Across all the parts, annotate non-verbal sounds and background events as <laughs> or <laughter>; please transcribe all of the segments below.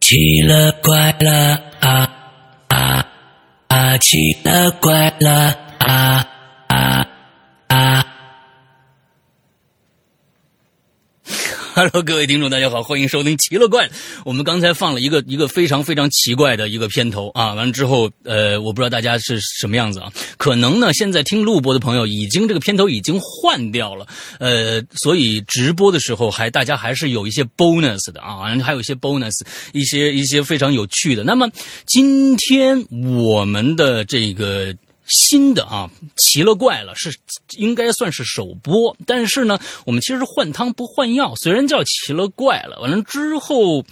奇了怪了啊啊啊！奇了怪了啊啊啊！Hello，各位听众，大家好，欢迎收听《奇了怪了》。我们刚才放了一个一个非常非常奇怪的一个片头啊，完了之后，呃，我不知道大家是什么样子啊。可能呢，现在听录播的朋友已经这个片头已经换掉了，呃，所以直播的时候还大家还是有一些 bonus 的啊，还有一些 bonus，一些一些非常有趣的。那么今天我们的这个。新的啊，奇了怪了，是应该算是首播，但是呢，我们其实是换汤不换药，虽然叫奇了怪了，完了之后，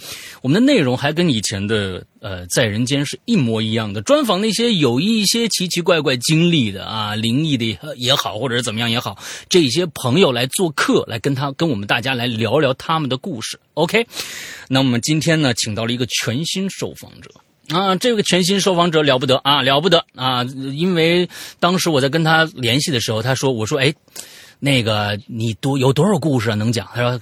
我们的内容还跟以前的呃在人间是一模一样的，专访那些有一些奇奇怪怪经历的啊，灵异的也好，或者是怎么样也好，这些朋友来做客，来跟他跟我们大家来聊聊他们的故事。OK，那我们今天呢，请到了一个全新受访者。啊，这个全新受访者了不得啊，了不得啊！因为当时我在跟他联系的时候，他说：“我说，哎，那个你多有多少故事啊？能讲？”他说：“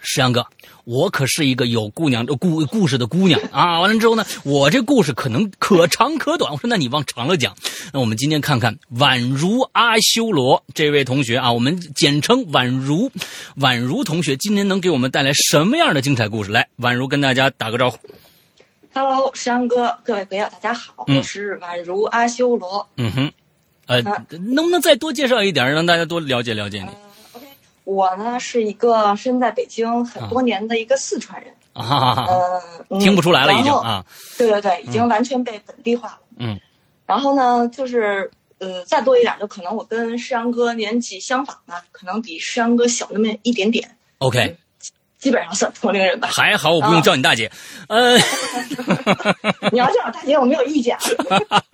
石阳哥，我可是一个有姑娘故故事的姑娘啊！”完了之后呢，我这故事可能可长可短。我说：“那你往长了讲。”那我们今天看看宛如阿修罗这位同学啊，我们简称宛如，宛如同学今天能给我们带来什么样的精彩故事？来，宛如跟大家打个招呼。 Hello，山哥，各位朋友，大家好，我是宛如阿修罗。嗯哼，呃，啊、能不能再多介绍一点，让大家多了解了解你、呃、 ？OK，我呢是一个身在北京很多年的一个四川人。嗯啊，呃，听不出来了已经啊。对对对，已经完全被本地化了。嗯，然后呢，就是呃，再多一点，就可能我跟世阳哥年纪相仿吧，可能比世阳哥小那么一点点。 OK、嗯。基本上算同龄 <laughs> 人吧。还好我不用叫你大姐，呃、哦，你要叫我大姐我没有意见，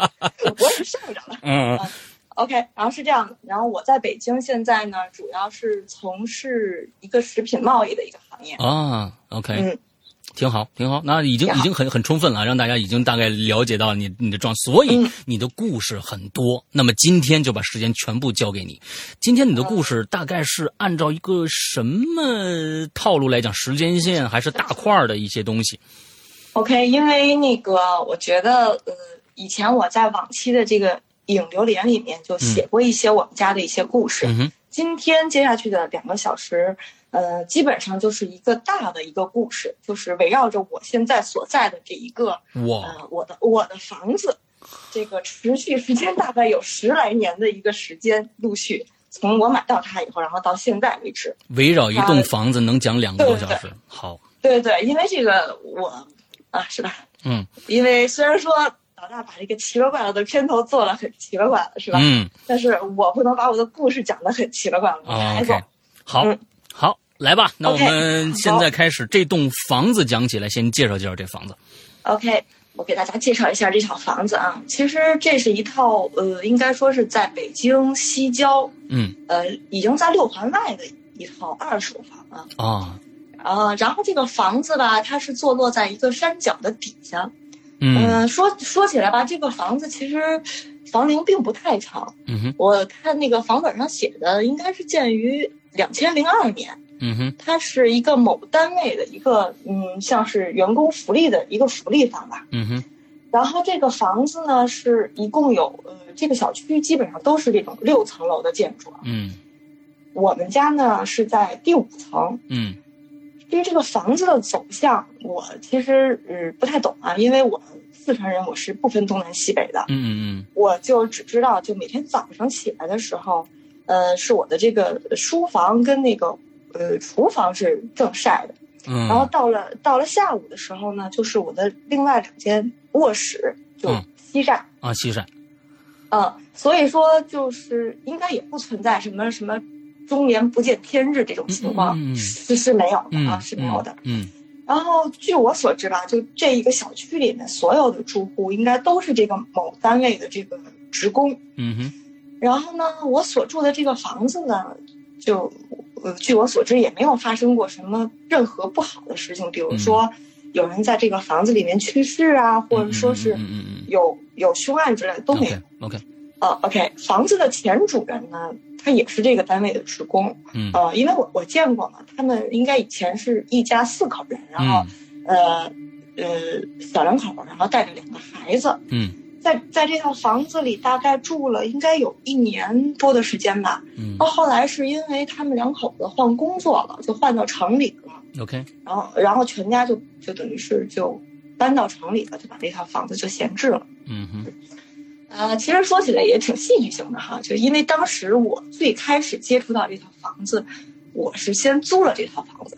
啊 <laughs> 我是上长。嗯、呃、，OK，然后是这样的，然后我在北京现在呢，主要是从事一个食品贸易的一个行业。啊，OK，嗯，挺好，挺好，那已经已经很很充分了，让大家已经大概了解到你你的状，所以你的故事很多。嗯、那么今天就把时间全部交给你。今天你的故事大概是按照一个什么套路来讲？时间线还是大块的一些东西？OK，因为那个我觉得呃，以前我在往期的这个影流连里面就写过一些我们家的一些故事。嗯、今天接下去的两个小时。呃，基本上就是一个大的一个故事，就是围绕着我现在所在的这一个，哦嗯呃，我的我的房子，这个持续时间大概有十来年的一个时间，陆续从我买到它以后，然后到现在为止，围绕一栋房子能讲两个多小时，对对对好，对对，因为这个我啊，是吧？嗯，因为虽然说。老大把这个奇了怪了的片头做了很奇了怪了，是吧？嗯，但是我不能把我的故事讲得很奇了怪了，哦、还懂？好。嗯好，来吧，那我们现在开始这栋房子讲起来，先介绍介绍这房子。 OK，我给大家介绍一下这套房子啊，其实这是一套呃，应该说是在北京西郊，嗯，呃，已经在六环外的一套二手房啊。啊、哦，呃，然后这个房子吧，它是坐落在一个山脚的底下。嗯、呃，说说起来吧，这个房子其实房龄并不太长。嗯哼，我看那个房本上写的，应该是建于两千零二年。嗯哼，它是一个某单位的一个嗯，像是员工福利的一个福利房吧。嗯哼，然后这个房子呢，是一共有呃，这个小区基本上都是这种六层楼的建筑。嗯，我们家呢是在第五层。嗯，对于这个房子的走向，我其实呃不太懂啊，因为我四川人，我是不分东南西北的。嗯嗯嗯，我就只知道，就每天早上起来的时候，呃，是我的这个书房跟那个。呃，厨房是正晒的，嗯，然后到了到了下午的时候呢，就是我的另外两间卧室就西晒、嗯、啊，西晒，嗯，所以说就是应该也不存在什么什么中年不见天日这种情况，嗯嗯、是是没有的啊，是没有的，嗯。然后据我所知吧，就这一个小区里面所有的住户应该都是这个某单位的这个职工，嗯哼。然后呢，我所住的这个房子呢，就。呃，据我所知，也没有发生过什么任何不好的事情，嗯比如说有人在这个房子里面去世啊，或者说嗯是有有凶案之类的都没有。 OK，呃，OK，房子的前主人呢，他也是这个单位的职工。嗯，呃，嗯因为我我见过嘛，他们应该以前是一家四口人，然后呃呃小两口，然后带着两个孩子，嗯，在在这套房子里大概住了应该有一年多的时间吧。嗯到后来是因为他们两口子换工作了，就换到城里了，嗯，OK，然后然后全家就就等于是就搬到城里了，就把这套房子就闲置了。嗯哼，呃，其实说起来也挺戏剧性的哈，就因为当时我最开始接触到这套房子，我是先租了这套房子，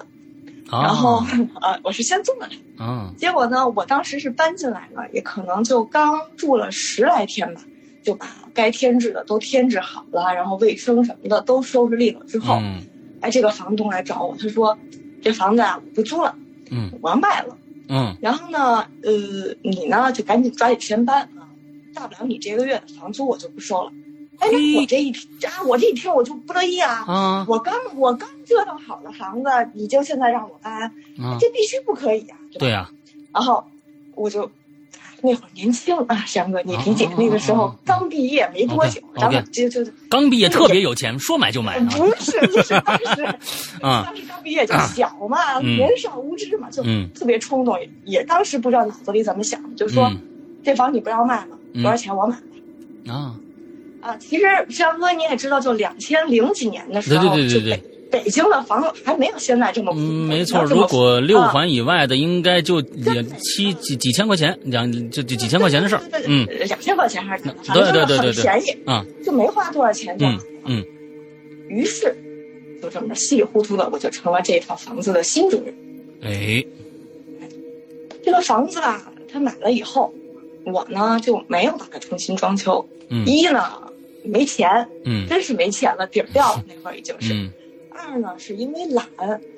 啊然后、呃，我是先租了它，啊，结果呢，我当时是搬进来了，也可能就刚住了十来天吧，就把该添置的都添置好了，然后卫生什么的都收拾利落之后，嗯哎，这个房东来找我，他说这房子啊我不租了，嗯我要卖了。嗯然后呢，呃，你呢就赶紧抓紧时间搬啊，大不了你这个月的房租我就不收了。哎，那我这一听啊，我这一听我就不乐意啊！啊我刚我刚折腾好的房子，已经现在让我搬，啊，这必须不可以啊！对吧对呀，然后我就那会儿年轻啊，山哥，你理解啊啊那个时啊候啊刚毕业没多久， OK，OK 然后就就嗯刚毕业特别有钱，说买就哦买啊，不是就是当 <laughs> 时啊当时刚毕业就小嘛，嗯年少无知嘛，就嗯特别冲动，也当时不知道脑子里怎么想的，就说嗯这房你不让卖了，嗯多少钱我买吧。啊，啊，其实山哥你也知道，就两千零几年的时候，对对对对就北北京的房还没有现在这么贵嗯，没错，这么如果六啊环以外的，应该就也七几几千块钱，两就就几千块钱的事儿对，对嗯对，两千块钱还是怎么，反对正对对对很对便宜，啊，就没花多少钱就买嗯了。嗯于是，就这么着稀里糊涂的，我就成了这套房子的新主人。哎，这个房子啊，他买了以后，我呢就没有把它重新装修。嗯一呢，没钱，嗯真是没钱了，底儿掉 <laughs> 了，那会儿已经是。嗯二呢，是因为懒，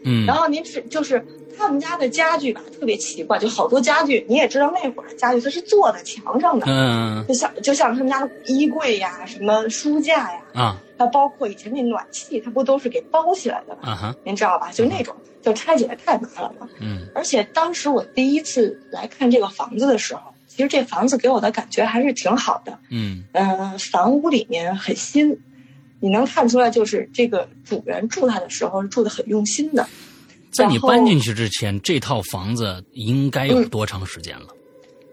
嗯然后您是就是他们家的家具吧，特别奇怪，就好多家具，你也知道那会儿家具它是坐在墙上的，嗯就像就像他们家的衣柜呀、什么书架呀，啊还包括以前那暖气，它不都是给包起来的吗？啊哈，您知道吧？就那种，就拆起来太麻烦了。嗯而且当时我第一次来看这个房子的时候，其实这房子给我的感觉还是挺好的。嗯嗯、房屋里面很新，你能看出来，就是这个主人住它的时候是住的很用心的。在你搬进去之前，这套房子应该嗯有多长时间了？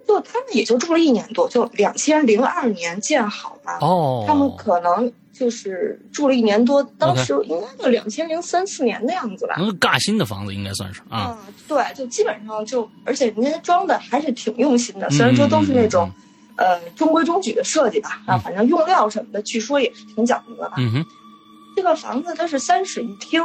就他们也就住了一年多，就两千零二年建好嘛。哦，他们可能就是住了一年多，当时应该就两千零三四年的样子吧。能嗯尬新的房子应该算是啊，嗯，对，就基本上就，而且人家装的还是挺用心的，虽然说都是那种，呃，中规中矩的设计吧，啊，嗯反正用料什么的，据说也是挺讲究的吧。嗯哼，这个房子它是三室一厅，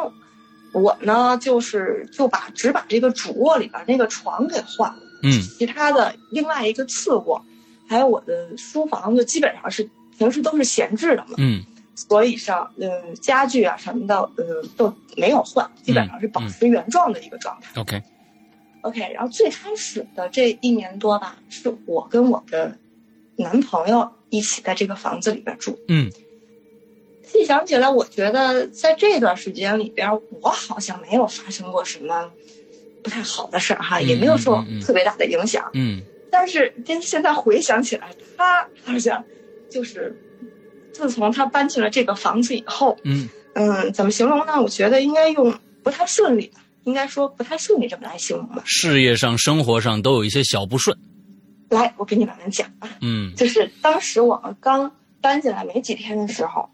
我呢就是就把只把这个主卧里边那个床给换了，嗯其他的另外一个次卧，还有我的书房，就基本上是平时都是闲置的嘛，嗯所以上，嗯，家具啊什么的，嗯，都没有换，基本上嗯是保持原状的一个状态。 ，OK， OK，然后最开始的这一年多吧，是我跟我的男朋友一起在这个房子里边住。嗯细想起来，我觉得在这段时间里边，我好像没有发生过什么不太好的事儿哈，嗯也没有受嗯嗯嗯特别大的影响。嗯但是跟现在回想起来，他好像就是自从他搬进了这个房子以后，嗯嗯，怎么形容呢？我觉得应该用不太顺利吧，应该说不太顺利这么来形容吧。事业上、生活上都有一些小不顺，来，我给你慢慢讲啊。嗯就是当时我们刚搬进来没几天的时候，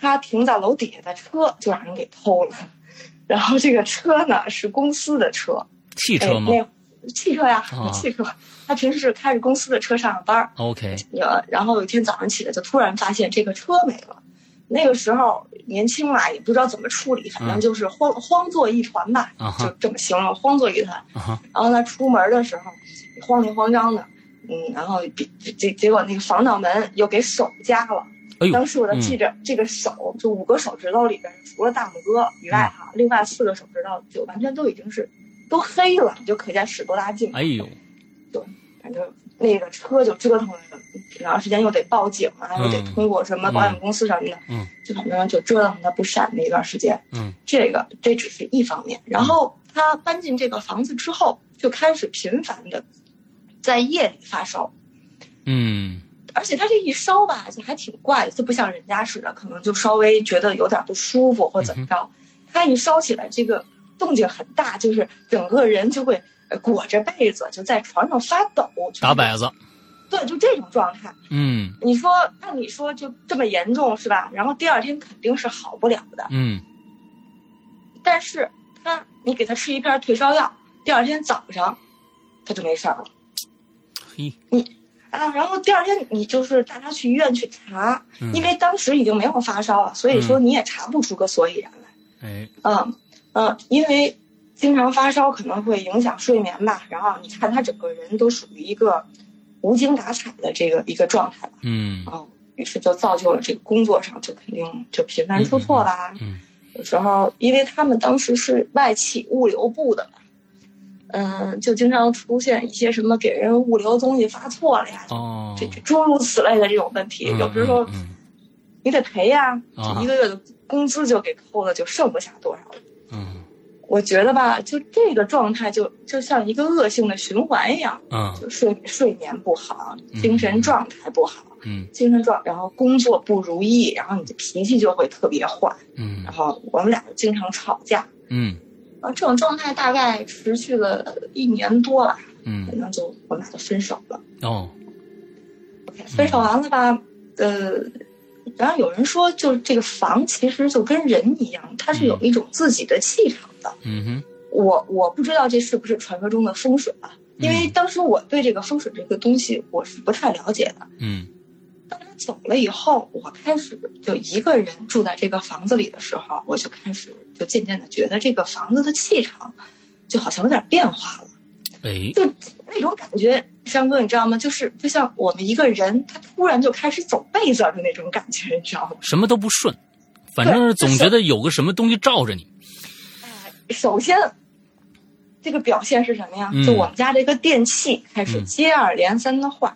他停在楼底下的车就让人给偷了，然后这个车呢是公司的车，汽哎车吗那汽车呀，啊汽车。他平时是开着公司的车上班儿， ？OK，呃，然后有一天早上起来就突然发现这个车没了。那个时候年轻嘛，也不知道怎么处理，反正嗯就是慌慌作一团吧，啊哈就这么形容，慌作一团。啊哈，然后他出门的时候慌里慌张的，嗯，然后比结结果那个防盗门又给手夹了。哎呦当时我就记着、这个手，就五个手指头里边，除了大拇哥以嗯外哈、另外四个手指头就完全都已经是都黑了，就可见使多大劲。哎呦，反正那个车就折腾了挺长时间，又得报警啊，嗯又得通过什么保险公司什么的，嗯就反正就折腾的不善那一段时间。嗯这个这只是一方面。然后他搬进这个房子之后，就开始频繁的在夜里发烧，嗯而且他这一烧吧，就还挺怪的，就不像人家似的，可能就稍微觉得有点不舒嗯服或怎么着。他一烧起来，这个动静很大，就是整个人就会呃裹着被子就在床上发抖，就是打摆子。对，就这种状态。嗯你说，按理说就这么严重是吧？然后第二天肯定是好不了的。嗯但是他，你给他吃一片退烧药，第二天早上他就没事儿了。嘿你啊，然后第二天你就是带他去医院去查，嗯，因为当时已经没有发烧了，所以说你也查不出个所以然来。哎嗯嗯，因为经常发烧可能会影响睡眠吧。然后你看他整个人都属于一个无精打采的这个一个状态吧。嗯啊、于是就造就了这个工作上就肯定就频繁出错啦。嗯嗯有时候因为他们当时是外企物流部的嘛，嗯、就经常出现一些什么给人物流东西发错了呀，哦这这诸如此类的这种问题，嗯有时候嗯嗯你得赔呀，啊这一个月的工资就给扣了，就剩不下多少了。嗯我觉得吧，就这个状态就就像一个恶性的循环一样，嗯就睡睡眠不好，嗯精神状态不好，嗯精神状，然后工作不如意，然后你的脾气就会特别坏，嗯然后我们俩就经常吵架。嗯然后这种状态大概持续了一年多吧，可嗯能就我们俩就分手了。哦 OK，分手完了吧，呃，然后有人说，就是这个房其实就跟人一样，它是有一种自己的气场的。嗯哼我我不知道这是不是传说中的风水啊，因为嗯当时我对这个风水这个东西我是不太了解的。嗯当他走了以后，我开始就一个人住在这个房子里的时候，我就开始就渐渐的觉得这个房子的气场就好像有点变化了，哎就那种感觉，山哥你知道吗？就是就像我们一个人他突然就开始走背字儿的那种感觉，你知道吗？什么都不顺，反正是总觉得有个什么东西罩着你。首先，这个表现是什么呀？嗯就我们家这个电器开始嗯接二连三的坏，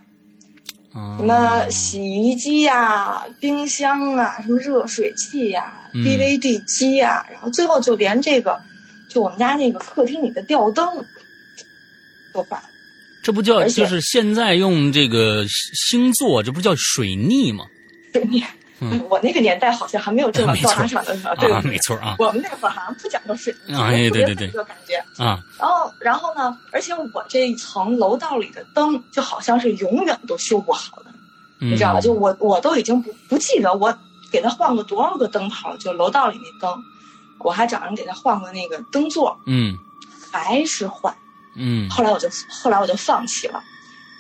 啊什么洗衣机呀、冰箱啊、什么热水器呀、嗯 DVD 机呀、然后最后就连这个，就我们家那个客厅里的吊灯都坏了。这不叫而且就是现在用这个星座，这不叫水逆吗？对你，嗯我那个年代好像还没有这 <laughs> 么没错造大厂的时候，对啊，不没对？错啊我们那会儿好像不讲究水泥，啊哎对对对这个感觉。啊然后，然后呢？而且我这一层楼道里的灯，就好像是永远都修不好的，嗯你知道吧？就我我都已经不不记得我给他换过多少个灯泡，就楼道里那灯，我还找人给他换过那个灯座，嗯还是坏。嗯后来我就后来我就放弃了。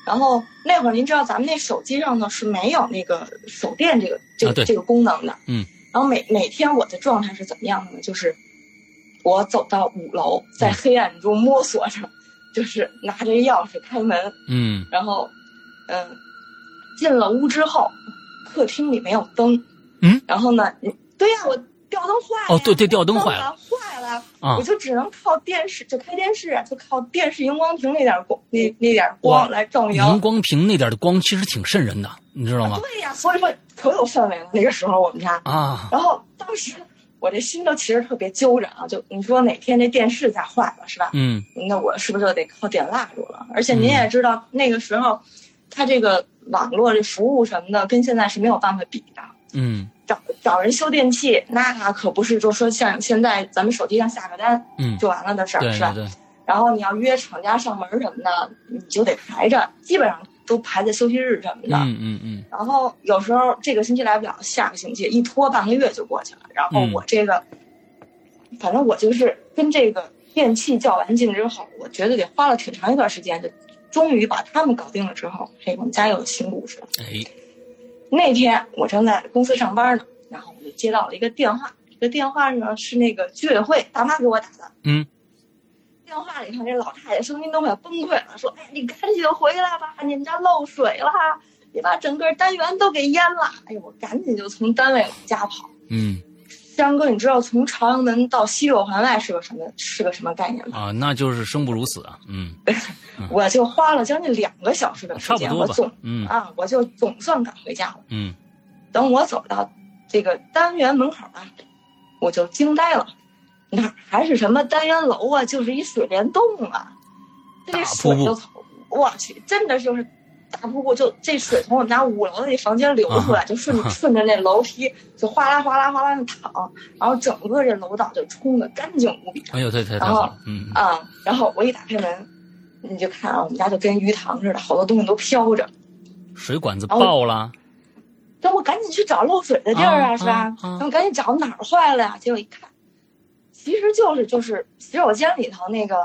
然后那会儿您知道咱们那手机上呢是没有那个手电这个这啊个、对这个功能的。嗯。然后每每天我的状态是怎么样的呢？就是我走到五楼，在嗯黑暗中摸索着，就是拿着钥匙开门，嗯然后嗯、进了屋之后，客厅里没有灯。嗯。然后呢，你对呀、我吊灯坏了呀。哦对对吊灯坏了了，坏了。啊我就只能靠电视，就开电视啊，就靠电视荧光屏那点儿光，那那点儿哇光来照明。荧光屏那点的光其实挺瘆人的，你知道吗？对呀、所以说可有氛围了。那个时候我们家，啊，然后当时我这心都其实特别揪着啊，就你说哪天这电视再坏了是吧？嗯那我是不是就得靠点蜡烛了？而且您也知道，那个时候，它这个网络这服务什么的，跟现在是没有办法比的。嗯找找人修电器，那可不是就说像现在咱们手机上下个单嗯，就完了的事儿，对是吧对？对，然后你要约厂家上门什么的，你就得排着，基本上都排在休息日什么的。嗯嗯嗯然后有时候这个星期来不了，下个星期一拖半个月就过去了。然后我这个，反正我就是跟这个电器较完劲之后，我觉得得花了挺长一段时间，就终于把他们搞定了之后，这个我们家又有新故事了。哎那天我正在公司上班呢，然后我就接到了一个电话，这个电话呢是那个居委会大妈给我打的。嗯。电话里头这老太太声音都快崩溃了，说：“哎，你赶紧回来吧，你们家漏水了，你把整个单元都给淹了。”哎呦，我赶紧就从单位往家跑。嗯山哥，你知道从朝阳门到西六环外是个什么是个什么概念吗？啊，那就是生不如死啊，嗯，我就花了将近两个小时的时差不间，多我吧总，嗯啊，我就总算赶回家了。嗯等我走到这个单元门口啊，我就惊呆了，哪还是什么单元楼啊，就是一水帘洞啊，这大瀑水布就从我去，真的就是大瀑布就，这水从我们家五楼的那房间流啊出来，就顺着顺着那楼梯就哗啦哗啦哗啦的淌，然后整个这楼道就冲得干净无比哦哎呦，太太太好了，嗯啊、然后我一打开门，你就看啊，我们家就跟鱼塘似的，好多东西都飘着。水管哦子爆了，那我赶紧去找漏水的地儿啊是吧？啊啊然后赶紧找哪儿坏了呀？结果一看，其实就是就是洗手间里头那个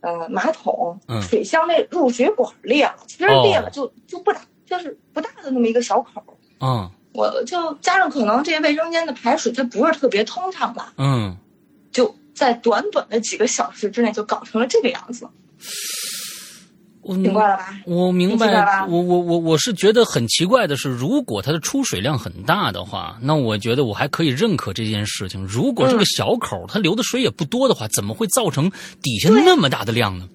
呃马桶嗯水箱那入水管裂了，其实哦裂了就就不大，就是不大的那么一个小口儿。嗯我就加上可能这卫生间的排水就不是特别通畅吧，嗯，就在短短的几个小时之内就搞成了这个样子，我明白了吧？我明白，你知道吧我我我我是觉得很奇怪的是，如果它的出水量很大的话，那我觉得我还可以认可这件事情。如果这嗯个小口、它流的水也不多的话，怎么会造成底下那么大的量呢？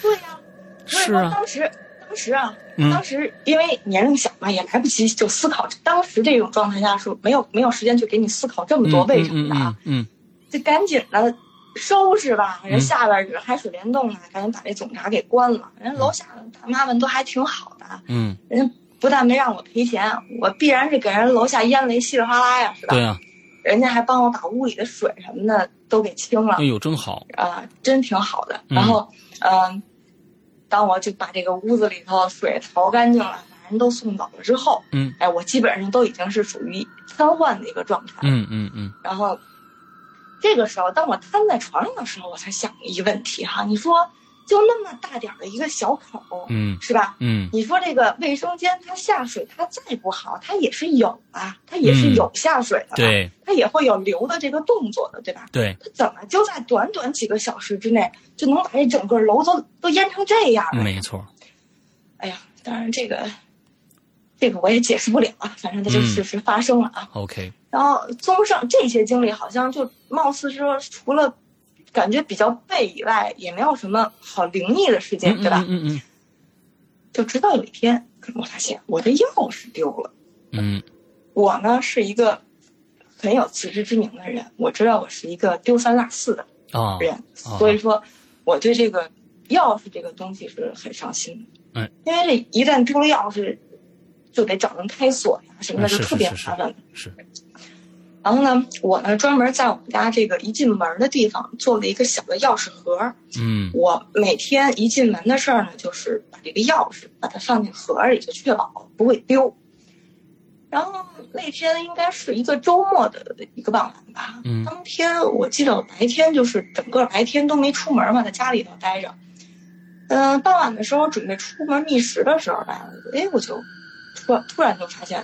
对呀、所以是说啊，当时当时啊，嗯当时因为年龄小嘛，也来不及就思考，当时这种状态下是没有没有时间去给你思考这么多为什么的啊，嗯嗯就赶紧的收拾吧。嗯人下边有海水帘洞啊，赶紧把这总闸给关了。人楼下的大妈们都还挺好的，嗯，人家不但没让我赔钱，我必然是给人楼下淹了一稀里哗啦呀，是吧？对啊，人家还帮我把屋里的水什么的都给清了哎。呦，真好，啊，真挺好的。嗯然后，嗯、当我就把这个屋子里头水淘干净了，把人都送走了之后，嗯哎，我基本上都已经是属于瘫痪的一个状态。嗯嗯嗯然后，这个时候，当我瘫在床上的时候，我才想一个问题哈，你说就那么大点儿的一个小口，嗯是吧？嗯你说这个卫生间它下水它再不好，它也是有啊，它也是有下水嗯的、，对 <laughs> 它也会有流的这个动作的，对吧？对，他怎么就在短短几个小时之内就能把这整个楼都都淹成这样了？没错，哎呀，当然这个，这个我也解释不了啊， <laughs> 反正它就嗯事实发生了啊。 OK，然后综上这些经历，好像就貌似说除了感觉比较背以外，也没有什么好灵异的事件，嗯对吧？嗯嗯就直到有一天，我发现我的钥匙丢了。嗯我呢是一个很有自知之明的人，我知道我是一个丢三落四的嗯人啊，人，哦所以说我对这个钥匙这个东西是很上心的。嗯，因为这一旦丢了钥匙，就得找人开锁呀什么嗯的，是就是特别是是麻烦。是，然后呢，我呢专门在我们家这个一进门的地方做了一个小的钥匙盒。嗯我每天一进门的事儿呢，就是把这个钥匙把它放进盒里，就确保不会丢。然后那天应该是一个周末的一个傍晚吧，嗯当天我记得我白天就是整个白天都没出门嘛，在家里头待着。嗯、傍晚的时候准备出门觅食的时候吧，哎，我就突然突然就发现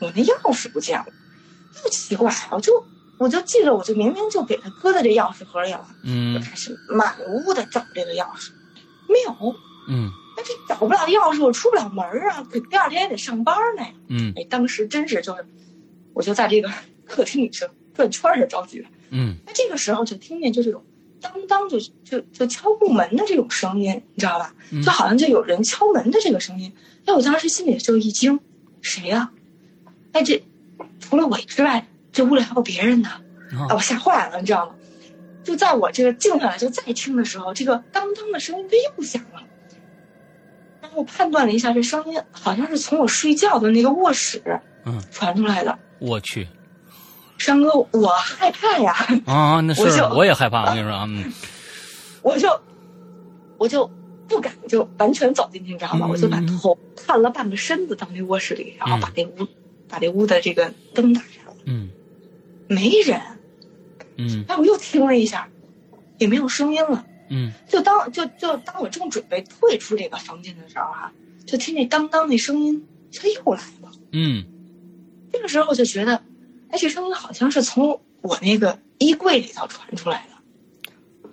我那钥匙不见了，就奇怪，我就我就记着，我就明明就给它搁在这钥匙盒里了，我嗯开始满屋的找这个钥匙，没有，嗯那这找不到钥匙，我出不了门儿啊，可第二天也得上班呢呀。嗯哎，当时真是就是，我就在这个 <laughs> 客厅里是转圈儿的着急的。嗯那这个时候就听见就这种当当就就就敲木门的这种声音，你知道吧嗯？就好像就有人敲门的这个声音。哎，我当时心里就一惊，谁呀、哎，这除了我之外，这屋里还有别人呢。啊，啊我吓坏了，你知道吗？就在我这个静下来就再听的时候，这个当当的声音它又响了。然后我判断了一下，这声音好像是从我睡觉的那个卧室嗯传出来的。我去 <laughs> 山哥，我害怕呀，啊，那是我就我也害怕，我跟你说啊，嗯我就我就不敢就完全走进去，你知道吗？嗯我就把头探了半个身子到那卧室里，然后把那屋、把这屋的这个灯打上了，嗯没人。嗯哎，我又听了一下，也没有声音了。嗯就当就就当我正准备退出这个房间的时候哈、就听那当当那声音，它又来了。嗯这个时候我就觉得，哎，这声音好像是从我那个衣柜里头传出来的。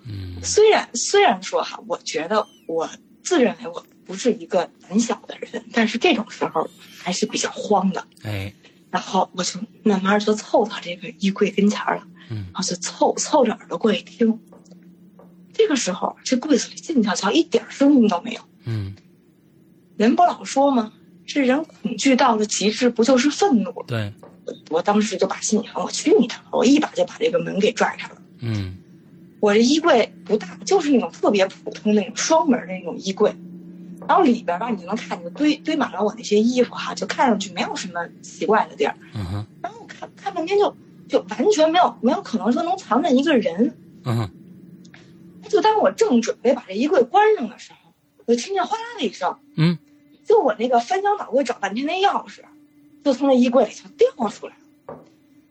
嗯虽然虽然说哈，我觉得我自认为我不是一个胆小的人，但是这种时候还是比较慌的。哎然后我就慢慢就凑到这个衣柜跟前儿了，嗯然后就凑凑着耳朵过去听。这个时候，这柜子里静悄悄，一点儿声音都没有。嗯人不老说吗？这人恐惧到了极致，不就是愤怒了？对我当时就把心一横，我去你的！我一把就把这个门给拽上了。嗯我这衣柜不大，就是那种特别普通那种双门的那种衣柜，然后里边吧，你能看见堆堆满了我那些衣服哈，就看上去没有什么奇怪的地儿。嗯哼然后我看看半天就就完全没有没有可能说能藏进一个人。嗯哼就当我正准备把这衣柜关上的时候，我就听见哗啦的一声，嗯，就我那个翻箱倒柜找半天那钥匙，就从那衣柜里头掉出来了。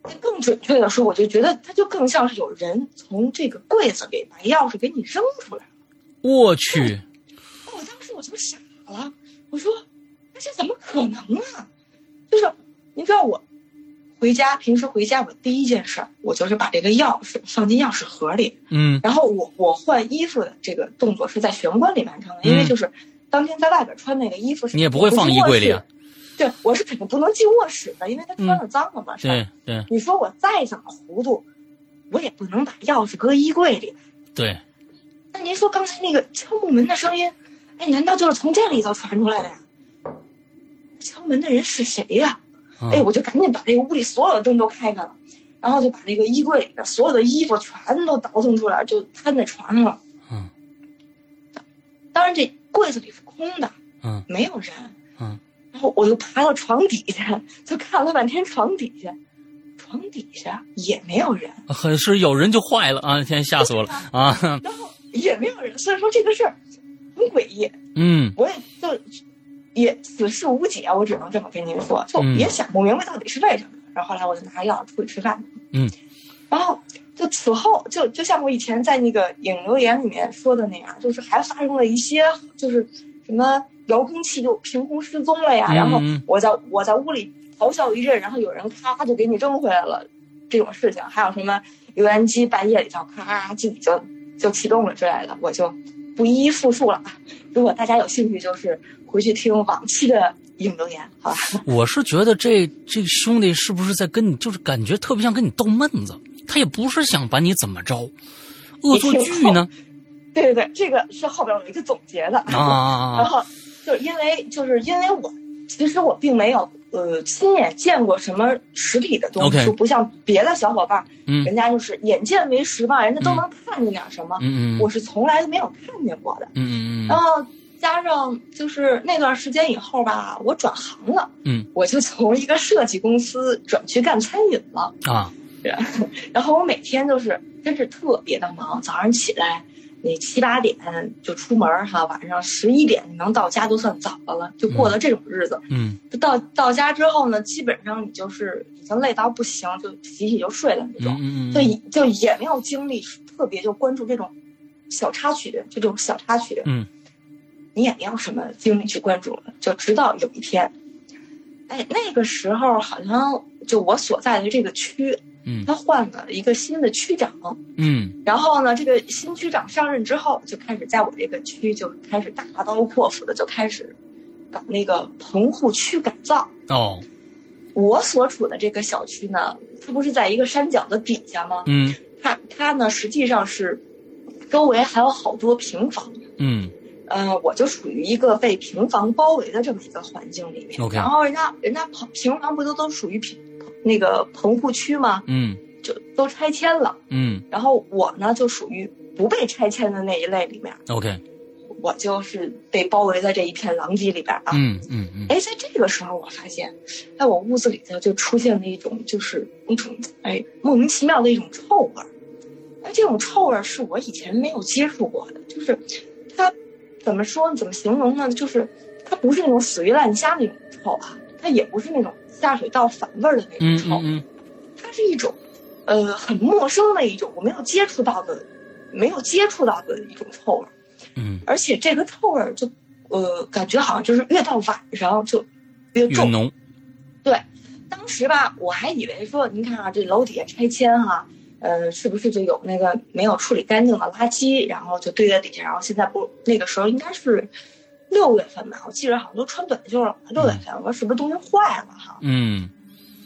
但更准确的说，我就觉得它就更像是有人从这个柜子里把钥匙给你扔出来了。我去，我哦当时我就傻了，我说那这怎么可能啊？就是你知道我回家平时回家我第一件事儿，我就是把这个钥匙放进钥匙盒里，嗯然后我我换衣服的这个动作是在玄关里完成的，因为嗯就是当天在外边穿那个衣服是你也不会放衣柜里啊嗯不进卧室。对，我是肯定不能进卧室的，因为他穿着脏了嘛，是吧？对对你说我再怎么糊涂，我也不能把钥匙搁衣柜里。对，那您说刚才那个敲木门的声音，哎，难道就是从这里头传出来的呀？敲门的人是谁呀、嗯哎，我就赶紧把这个屋里所有的灯都开开了，然后就把那个衣柜里的所有的衣服全都倒腾出来，就摊在床上了。嗯当然，这柜子里是空的，嗯没有人。嗯，然后我就爬到床底下，就看了半天床底下，床底下也没有人，很呃是有人就坏了啊！天吓死我了啊！然后也没有人，所以说这个事儿很诡异。嗯我也就也此事无解，我只能这么跟您说，就嗯也想不明白到底是为什么。然后后来我就拿着钥匙出去吃饭，嗯，然后就此后就就像我以前在那个影留言里面说的那样，就是还发生了一些就是什么遥控器就凭空失踪了呀，嗯然后嗯我在我在屋里咆哮一阵，然后有人咔就给你扔回来了这种事情，还有什么油烟机半夜里头咔自己就就启动了之类的，我就不一一复述了啊。如果大家有兴趣，就是回去听往期的影留言，好吧？我是觉得这这兄弟是不是在跟你，就是感觉特别像跟你逗闷子，他也不是想把你怎么着，恶作剧 <laughs> 呢对对对，这个是后边有一个总结的啊啊！啊然后就因为就是因为我其实我并没有呃亲眼见过什么实体的东西 OK 就不像别的小伙伴，嗯人家就是眼见为实嘛，人家都能看见点什么，嗯嗯我是从来没有看见过的。嗯嗯然后加上就是那段时间以后吧，我转行了，嗯， <laughs> 我就从一个设计公司转去干餐饮了。嗯啊！ <laughs> 然后我每天就是真是特别的忙，早上起来你七八点就出门儿哈，晚上十一点能到家都算早的了，就过了这种日子。嗯就到到家之后呢，基本上你就是已经累到不行，就洗洗就睡了那种， <laughs> 嗯就嗯以就也没有精力特别就关注这种小插曲，就这种小插曲。嗯你也没有什么精力去关注了。就直到有一天，哎，那个时候好像就我所在的这个区，嗯他换了一个新的区长，嗯然后呢，这个新区长上任之后，就开始在我这个区就开始大刀阔斧的就开始搞那个棚户区改造。哦我所处的这个小区呢，它不是在一个山脚的底下吗？嗯它它呢实际上是周围还有好多平房，嗯呃，我就属于一个被平房包围的这么一个环境里面。 OK 然后人家人家棚平房不都都属于平那个棚户区吗？嗯就都拆迁了。嗯然后我呢就属于不被拆迁的那一类里面， OK 我就是被包围在这一片狼藉里边啊。嗯嗯嗯哎，在这个时候，我发现，在我屋子里头就出现了一种，就是一种哎莫名其妙的一种臭味儿。哎，这种臭味儿是我以前没有接触过的，就是它怎么说呢？怎么形容呢？就是它不是那种死鱼烂虾那种臭啊，它也不是那种下水道反味儿的那种嗯臭，嗯它是一种呃很陌生的一种我没有接触到的、没有接触到的一种臭味儿。嗯而且这个臭味儿就，呃，感觉好像就是越到晚上就越越重。浓当时吧，我还以为说，您看啊，这楼底下拆迁哈、呃，是不是就有那个没有处理干净的垃圾，然后就堆在底下，然后现在不，那个时候应该是六月份吧，我记着好像都穿短袖了，六月份，我说是不是东西坏了哈、嗯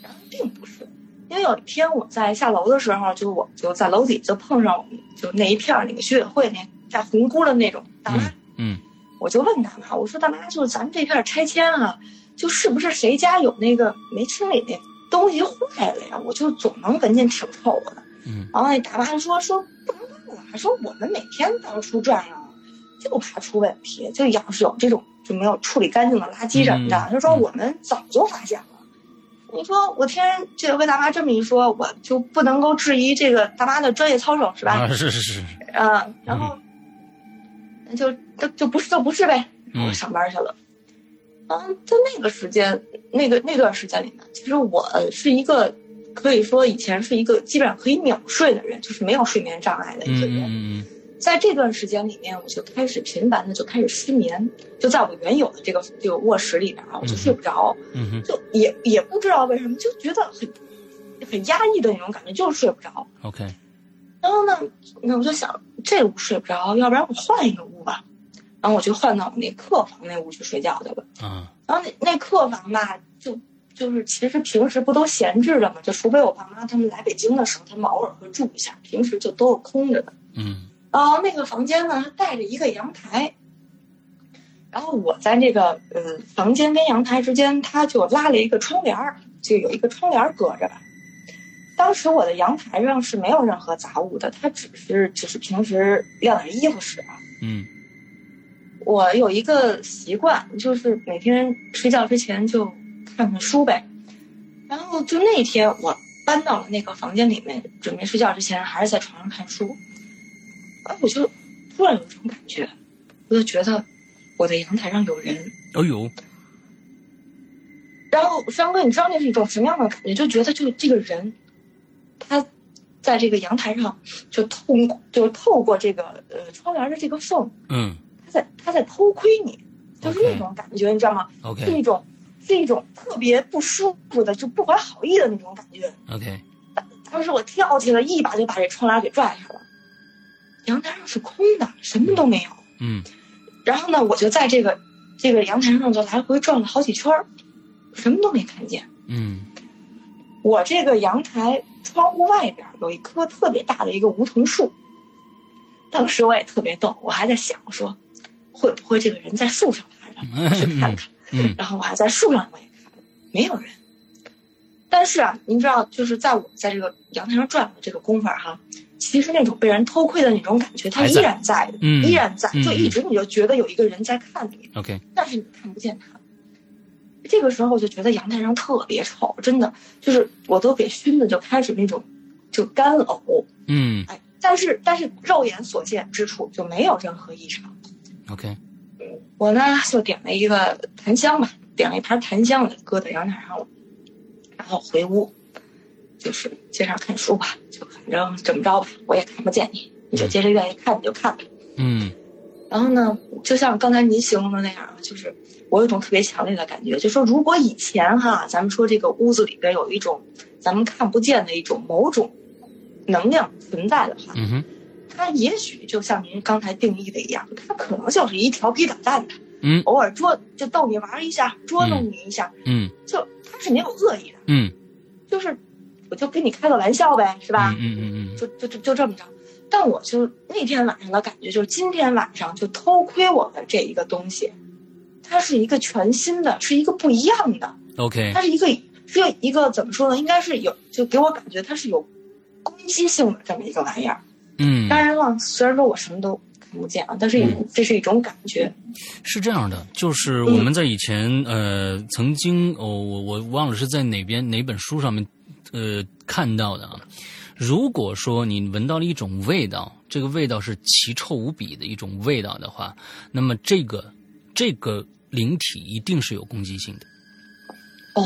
然后并不是，因为有一天我在下楼的时候，就我就在楼底就碰上我们就那一片儿那个居委会那带红箍的那种大妈。嗯嗯我就问大妈，我说大妈，就是咱们这片儿拆迁啊，就是不是谁家有那个没清理那东西坏了呀？我就总能闻见挺臭的。嗯然后那大妈就说说不能办了，说我们每天到处转啊，就怕出问题，就要是有这种就没有处理干净的垃圾什么的，嗯她说我们早就发现了。你说我听人这个魏大妈这么一说，我就不能啊够质疑这个大妈的专业操守是吧？啊是是是嗯，然后，呃那就就就不是就不是呗，我上班去了。嗯，在那个时间，那个那段时间里面，其实我是一个可以说以前是一个基本上可以秒睡的人，就是没有睡眠障碍的一个人。嗯在这段时间里面，我就开始频繁的就开始失眠，就在我原有的这个这个卧室里边啊，我就睡不着，嗯哼就也也不知道为什么，就觉得很很压抑的那种感觉，就是睡不着。 ，OK，然后呢，那我就想这屋睡不着，要不然我换一个屋吧。然后我就换到我那客房那屋去睡觉去了。啊，然后那那客房吧，就就是其实平时不都闲置着嘛，就除非我爸妈他们来北京的时候，他们偶尔会住一下，平时就都是空着的。嗯然后呃那个房间呢，它带着一个阳台。然后我在这个呃房间跟阳台之间，他就拉了一个窗帘儿，就有一个窗帘儿隔着吧。当时我的阳台上是没有任何杂物的，它只是只是平时晾点衣服使啊。嗯我有一个习惯，就是每天睡觉之前就看看书呗。然后就那天我搬到了那个房间里面，准备睡觉之前还是在床上看书。啊，我就突然有一种感觉，我就觉得我的阳台上有人。哎呦，然后山哥，你知道那是一种什么样的感觉？就觉得就这个人，他在这个阳台上就透就透过这个呃窗帘的这个缝，嗯他在他在偷窥你，就是那种感觉，你知道吗？是，OK 一种是一种特别不舒服的，就不怀好意的那种感觉。 OK，当时我跳起来，一把就把这窗帘给拽下了。阳台上是空的，什么都没有。嗯然后呢，我就在这个这个阳台上就来回转了好几圈儿，什么都没看见。嗯我这个阳台窗户外边有一棵特别大的一个梧桐树，当时我也特别逗，我还在想我说，会不会这个人在树上爬着？我去看看。嗯然后我还在树上我也看了，没有人。但是啊，您知道，就是在我在这个阳台上转悠的这个功夫儿哈，其实那种被人偷窥的那种感觉，它还依在然在，嗯依然在，嗯就一直你就觉得有一个人在看你， ，OK，但是你看不见他。这个时候我就觉得阳台上特别臭，真的就是我都给熏的就开始那种就干呕，嗯哎，但是但是肉眼所见之处就没有任何异常。 OK，我呢就点了一个檀香吧，点了一盘檀香，我就搁在阳台上了，然后回屋，就是接着看书吧，就反正怎么着吧，我也看不见你，你就接着愿意看你就看吧。嗯然后呢，就像刚才您形容的那样啊，就是我有一种特别强烈的感觉，就说如果以前哈，咱们说这个屋子里边有一种咱们看不见的一种某种能量存在的话，嗯哼，它也许就像您刚才定义的一样，它可能就是一调皮捣蛋的，嗯偶尔捉就逗你玩一下，捉弄你一下，嗯就它是没有恶意的，嗯就是我就跟你开个玩笑呗，是吧？嗯嗯嗯就就就就这么着。但我就那天晚上的感觉，就是今天晚上就偷窥我的这一个东西，它是一个全新的，是一个不一样的， ，OK，它是一个是一个怎么说呢？应该是有，就给我感觉它是有攻击性的这么一个玩意儿。嗯。当然了，虽然说我什么都看不见啊，但是也这是一种感觉。是这样的，就是嗯我们在以前、呃曾经哦我我忘了是在哪边哪本书上面呃看到的啊。如果说你闻到了一种味道，这个味道是奇臭无比的一种味道的话，那么这个这个灵体一定是有攻击性的。哦，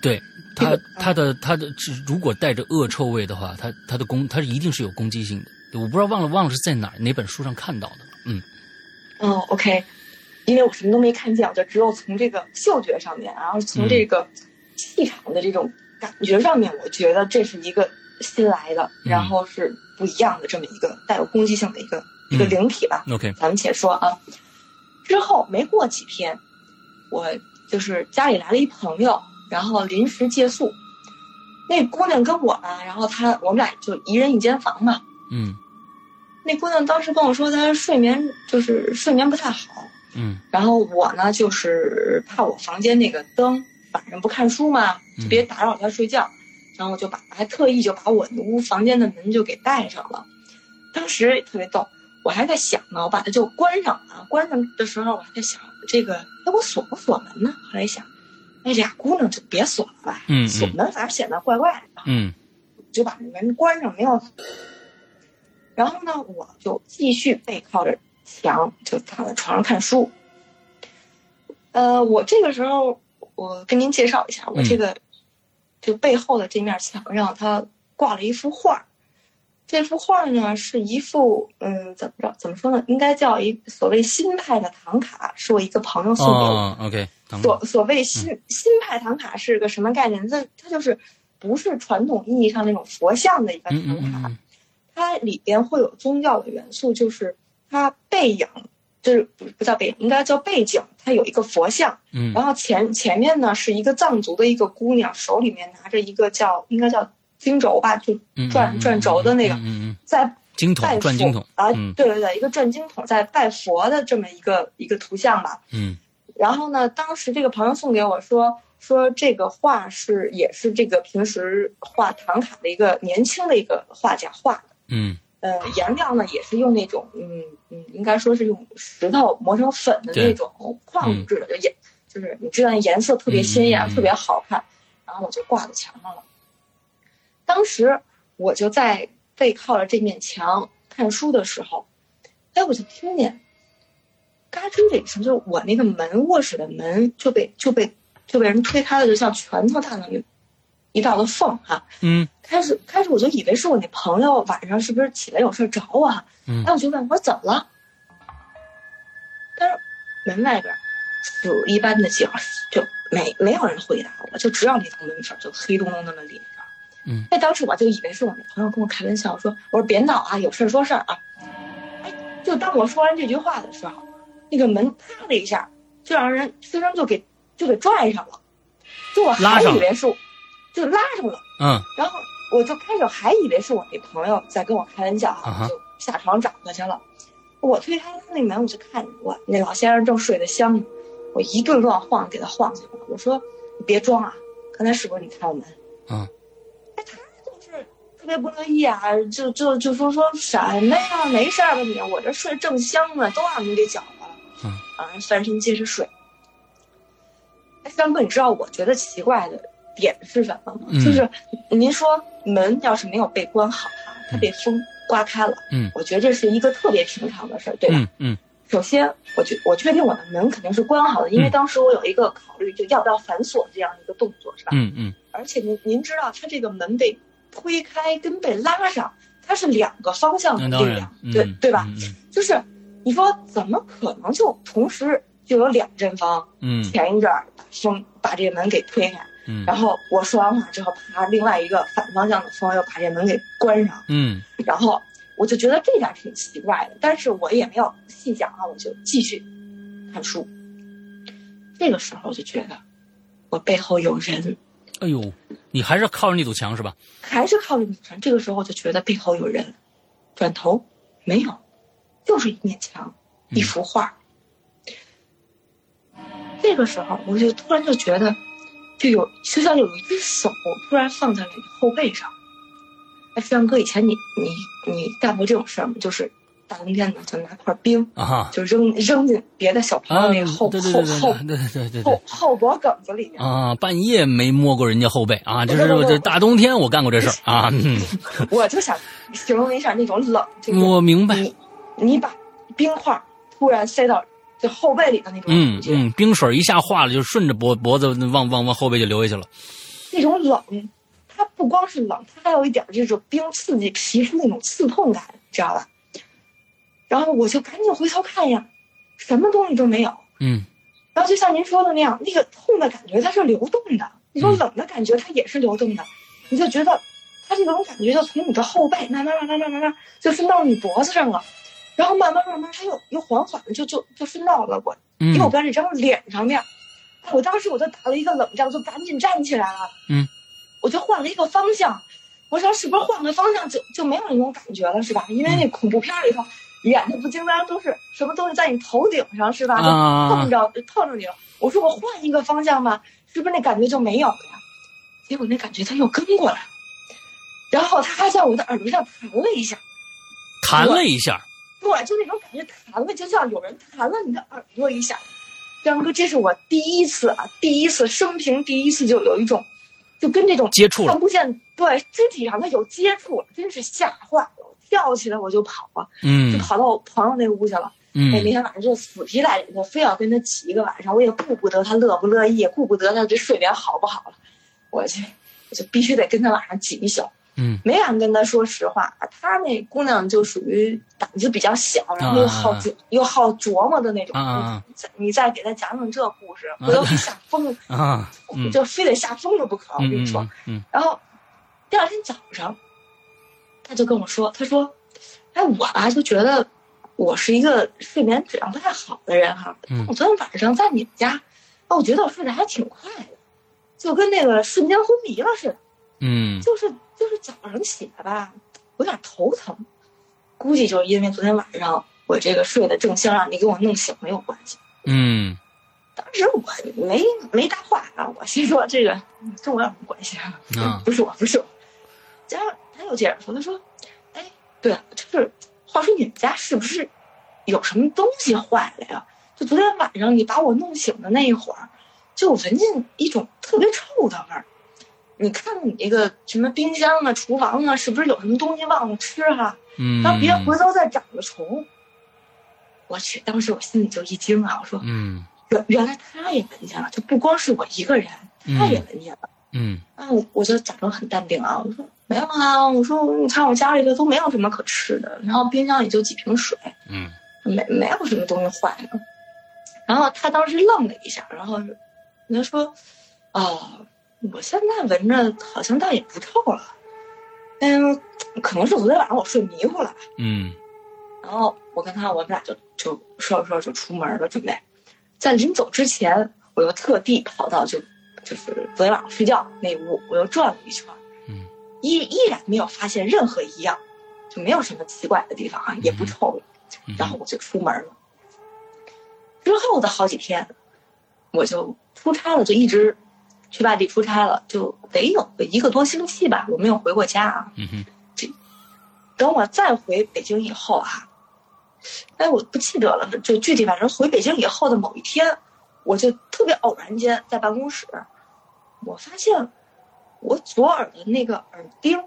对它这个它的它的只如果带着恶臭味的话，它它的攻它一定是有攻击性的。我不知道忘了忘了是在哪儿哪本书上看到的。嗯哦，OK，因为我什么都没看见，我就只有从这个嗅觉上面，然后从嗯这个气场的这种感觉上面，我觉得这是一个新来的，嗯然后是不一样的这么一个带有攻击性的一个、一个嗯灵体吧。 ，OK，咱们且说啊，之后没过几天，我就是家里来了一朋友，然后临时借宿。那姑娘跟我吧，然后她我们俩就一人一间房嘛。嗯那姑娘当时跟我说，她睡眠就是睡眠不太好，嗯然后我呢，就是怕我房间那个灯，晚上不看书嘛，嗯就别打扰他睡觉。然后我就把还特意就把我那屋房间的门就给带上了。当时特别逗，我还在想呢，我把它就关上了。关上的时候，我还在想这个，哎，我锁不锁门呢？后来一想，哎，俩姑娘就别锁了吧，嗯嗯锁门反而显得怪怪的。嗯就把门关上，没有。然后呢，我就继续背靠着墙，就躺在床上看书。呃，我这个时候，我跟您介绍一下，我这个、嗯、就背后的这面墙上，它挂了一幅画。这幅画呢，是一幅嗯，怎么着？怎么说呢？应该叫一所谓新派的唐卡，是我一个朋友送给我。哦，OK。所所谓新新派唐卡是个什么概念？它它就是不是传统意义上那种佛像的一个唐卡，嗯嗯嗯它里边会有宗教的元素，就是它背影，就是不不叫背影，应该叫背景，它有一个佛像，嗯，然后前前面呢是一个藏族的一个姑娘，手里面拿着一个叫应该叫。金轴吧，就嗯转转轴的那个，在金桶拜转金桶佛啊，对对对，一个转金桶在拜佛的这么一个一个图像吧。嗯然后呢，当时这个朋友送给我说，说这个画是也是这个平时画唐卡的一个年轻的一个画家画的。嗯呃，颜料呢也是用那种嗯嗯，应该说是用石头磨成粉的那种矿嗯物质的，就颜就是你知道那颜色特别鲜艳，嗯嗯嗯特别好看。然后我就挂在墙上了。当时我就在背靠着这面墙看书的时候，哎，我就听见嘎吱的一声，就是我那个门卧室的门就被就被就被人推开了，就像拳头大的那一道的缝哈、嗯开始开始我就以为是我那朋友晚上是不是起来有事儿找我啊？嗯哎，我就问我说怎么了？但是门外边有一般的警，就没没有人回答我，就只有那道门缝就黑洞洞那么立着。嗯，哎，当时我就以为是我那朋友跟我开玩笑说，我说别闹啊，有事儿说事儿啊。哎，就当我说完这句话的时候，那个门啪的一下，就让人虽然就给就给拽上了，就我拉还上以了为是我，就拉上了。嗯然后我就开始还以为是我那朋友在跟我开玩笑啊哈啊，就下床找他去了。我推开他那门，我就看见我那老先生正睡得香呢，我一顿乱晃给他晃醒了。我说：“你别装啊，刚才是不是你开我门？”啊，哎，他就是特别不乐意啊，就就就说说什么呀，没事儿吧你，我这睡正香呢，都让你给搅和了。嗯，啊，翻身接着睡。哎，三哥，你知道我觉得奇怪的点是什么吗？嗯就是您说门要是没有被关好哈，它被风刮开了，嗯我觉得这是一个特别平常的事儿，对吧？嗯嗯首先，我确我确定我的门肯定是关好的，因为嗯当时我有一个考虑，就要不要反锁这样一个动作，是吧？嗯嗯而且您您知道，它这个门被推开跟被拉上，它是两个方向那的当力然嗯量，，对对吧？？就是你说怎么可能就同时就有两阵风？嗯前一阵儿把风把这个门给推开，嗯然后我说完话之后，啪，另外一个反方向的风又把这门给关上，嗯然后我就觉得这点儿挺奇怪的，但是我也没有细想啊，我就继续看书。这个时候我就觉得我背后有人。哎呦，你还是靠着那堵墙是吧？还是靠着女神。这个时候我就觉得背后有人，转头没有，就是一面墙，嗯一幅画。这个时候我就突然就觉得，就有就像有一只手突然放在了你后背上。哎，飞扬哥，以前你你你干过这种事儿吗？就是大冬天的，就拿块冰啊哈就扔扔进别的小朋啊，对友那个后对对后后对对对对后。后脖梗子里面。啊，半夜没摸过人家后背啊，这是这大冬天我干过这事儿啊，我就想形容一下那种 <laughs> 冷，就是我明白，你你把冰块突然塞到就后背里的那种嗯感觉，嗯，冰水一下化了，就顺着脖脖子往往往后背就流下去了，那种冷，它不光是冷，它还有一点这种冰刺激皮肤那种刺痛感，知道吧？然后我就赶紧回头看呀，什么东西都没有。嗯然后就像您说的那样，那个痛的感觉它是流动的，你说嗯冷的感觉它也是流动的，你就觉得它这种感觉就从你的后背慢慢慢慢慢慢慢就伸到你脖子上了，然后慢慢慢慢它又又缓缓的就就就伸到了我嗯右边这张脸上面。我当时我就打了一个冷战，就赶紧站起来了。嗯，我就换了一个方向，我说是不是换个方向就就没有那种感觉了，是吧？嗯因为那恐怖片里头演的不经常都是什么东西在你头顶上，是吧？就啊碰着碰着你了。我说我换一个方向吧，是不是那感觉就没有了呀？结果那感觉他又跟过来了，然后他还在我的耳朵上弹了一下，弹了一下，对，就那种感觉弹了，就像有人弹了你的耳朵一下。张哥，这是我第一次啊，第一次生平第一次就有一种，就跟这种接触了看，不见对肢体上它有接触了，真是吓坏了，我跳起来我就跑啊，就嗯跑到我朋友那屋去了。嗯哎，那天晚上就死皮赖脸的，非要跟他起一个晚上，我也顾不得他乐不乐意，顾不得他这睡眠好不好了，我去，我就必须得跟他晚上挤一宿。嗯，没敢跟他说实话，她那姑娘就属于胆子比较小，然后又好琢、又好琢磨的那种。啊啊你再你再给他讲讲这故事，回头给吓疯了，啊，嗯就非得吓疯了不可。我嗯跟你说，嗯嗯然后第二天早上，他就跟我说，他说：“哎，我吧就觉得我是一个睡眠质量不太好的人哈。嗯我昨天晚上在你们家，哦，我觉得我睡得还挺快的，就跟那个瞬间昏迷了似的。嗯就是就是早上起来吧，有点头疼，估计就是因为昨天晚上我这个睡得正香，让你给我弄醒了有关系。嗯当时我没没搭话啊，我心说这个嗯跟我有什么关系啊？嗯啊，不是我，不是我。加上他又接着说，他说：“哎，对了，就是话说你们家是不是有什么东西坏了呀？就昨天晚上你把我弄醒的那一会儿，就闻见一种特别臭的味儿。你看你这个什么冰箱啊、厨房啊，是不是有什么东西忘了吃哈、嗯，然后别回头再长了虫。我去，当时我心里就一惊啊，我说嗯原原来他也闻见了，就不光是我一个人，他也嗯闻见了。嗯啊，我我就假装很淡定啊，我说没有啊，我说你看我家里头都没有什么可吃的，然后冰箱也就几瓶水，嗯没没有什么东西坏了。然后他当时愣了一下，然后他说：“哦，我现在闻着好像倒也不臭了，嗯，可能是昨天晚上我睡迷糊了。嗯”然后我跟他我们俩就就说着说着就出门了，准备在临走之前，我又特地跑到就就是昨天晚上睡觉那屋，我又转了一圈。嗯依依然没有发现任何异样，就没有什么奇怪的地方啊，也不臭了。嗯，然后我就出门了。之后的好几天，我就出差了，就一直去外地出差了，就得有个一个多星期吧，我没有回过家啊。嗯哼等我再回北京以后啊，哎，我不记得了，就具体反正回北京以后的某一天，我就特别偶然间在办公室，我发现我左耳的那个耳钉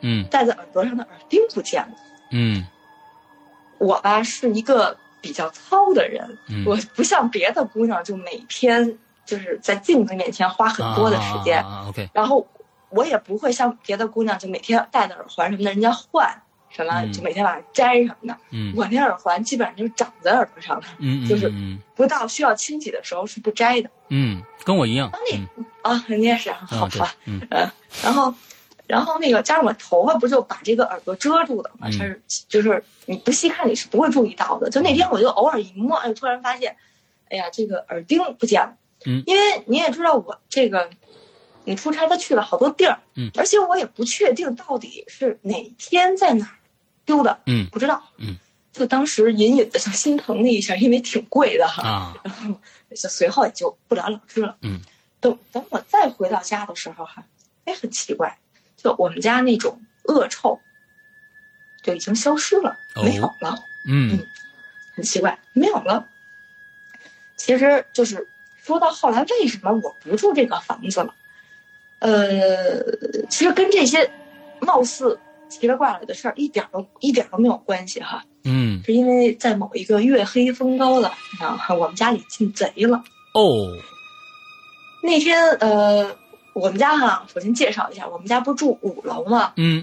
嗯戴在耳朵上的耳钉不见了。嗯我吧是一个比较糙的人，嗯，我不像别的姑娘，就每天就是在镜子面前花很多的时间，啊，OK，然后我也不会像别的姑娘就每天戴的耳环什么的，人家换什么嗯就每天晚上摘什么的。嗯我那耳环基本上就是长在耳朵上的，嗯嗯不到需要清洗的时候是不摘的嗯，跟我一样，嗯啊。你也是啊，好啊对吧？，嗯然后，然后那个加上我头发不就把这个耳朵遮住的嘛，嗯它是就是你不细看你是不会注意到的。就那嗯天我就偶尔一摸，哎，突然发现，哎呀，这个耳钉不见了。嗯因为你也知道我这个，你出差他去了好多地儿，嗯而且我也不确定到底是哪天在哪儿丢的，嗯不知道，嗯。就当时隐隐的就心疼了一下，因为挺贵的哈。啊，然后就随后也就不了了之了。嗯，等等我再回到家的时候哈，哎，很奇怪，就我们家那种恶臭就已经消失了，哦没有了，嗯很奇怪，没有了。其实就是说到后来，为什么我不住这个房子了？呃，其实跟这些貌似奇了怪了的事儿一点儿都一点儿都没有关系哈。嗯是因为在某一个月黑风高的晚上，我们家里进贼了。哦，那天，呃，我们家哈、首先介绍一下，我们家不是住五楼嘛，嗯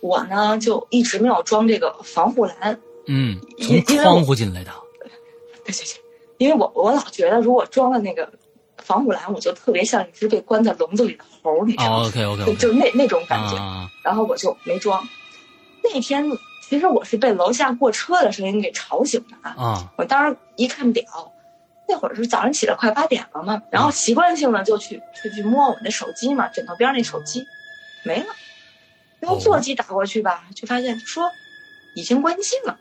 我呢就一直没有装这个防护栏， <laughs> 嗯，从窗户进来的，对对对，因为我我老觉得如果装了那个防护栏，我就特别像一只被关在笼子里的猴儿，你知哦道吗？ ，OK OK 就 OK，就那那种感觉，啊，然后我就没装。那天其实我是被楼下过车的声音给吵醒的啊，啊，我当时一看表，那会儿是早上起来快八点了嘛，然后嗯习惯性的就去去去摸我的手机嘛，枕头边那手机没了，然后座机打过去吧，就发现说已经关机了。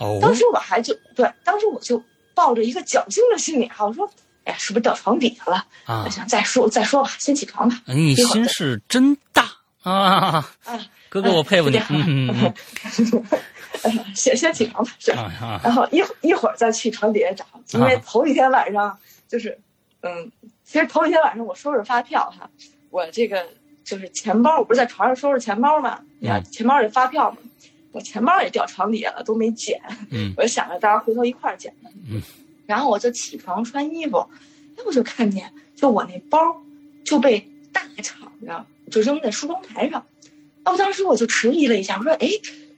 哦，当时我还就对，当时我就抱着一个侥幸的心理哈，我说，哎呀，是不是掉床底下了？啊我，想再说再说吧，先起床吧。你心是真大啊，啊， <laughs> 哥哥，我佩服你，嗯嗯先先起床吧，是。嗯啊然后一会一会儿再去床底下找，因为啊头一天晚上就是，嗯，其实头一天晚上我收拾发票哈，我这个就是钱包，我不是在床上收拾钱包嘛，嗯钱包里发票嘛，我钱包也掉床底下了，都没捡。嗯 <laughs> 我就想着到时候回头一块儿捡吧。嗯 <laughs> 然后我就起床穿衣服，哎，我就看见就我那包就被大敞着，就扔在梳妆台上。啊，我当时我就迟疑了一下，我说：“哎，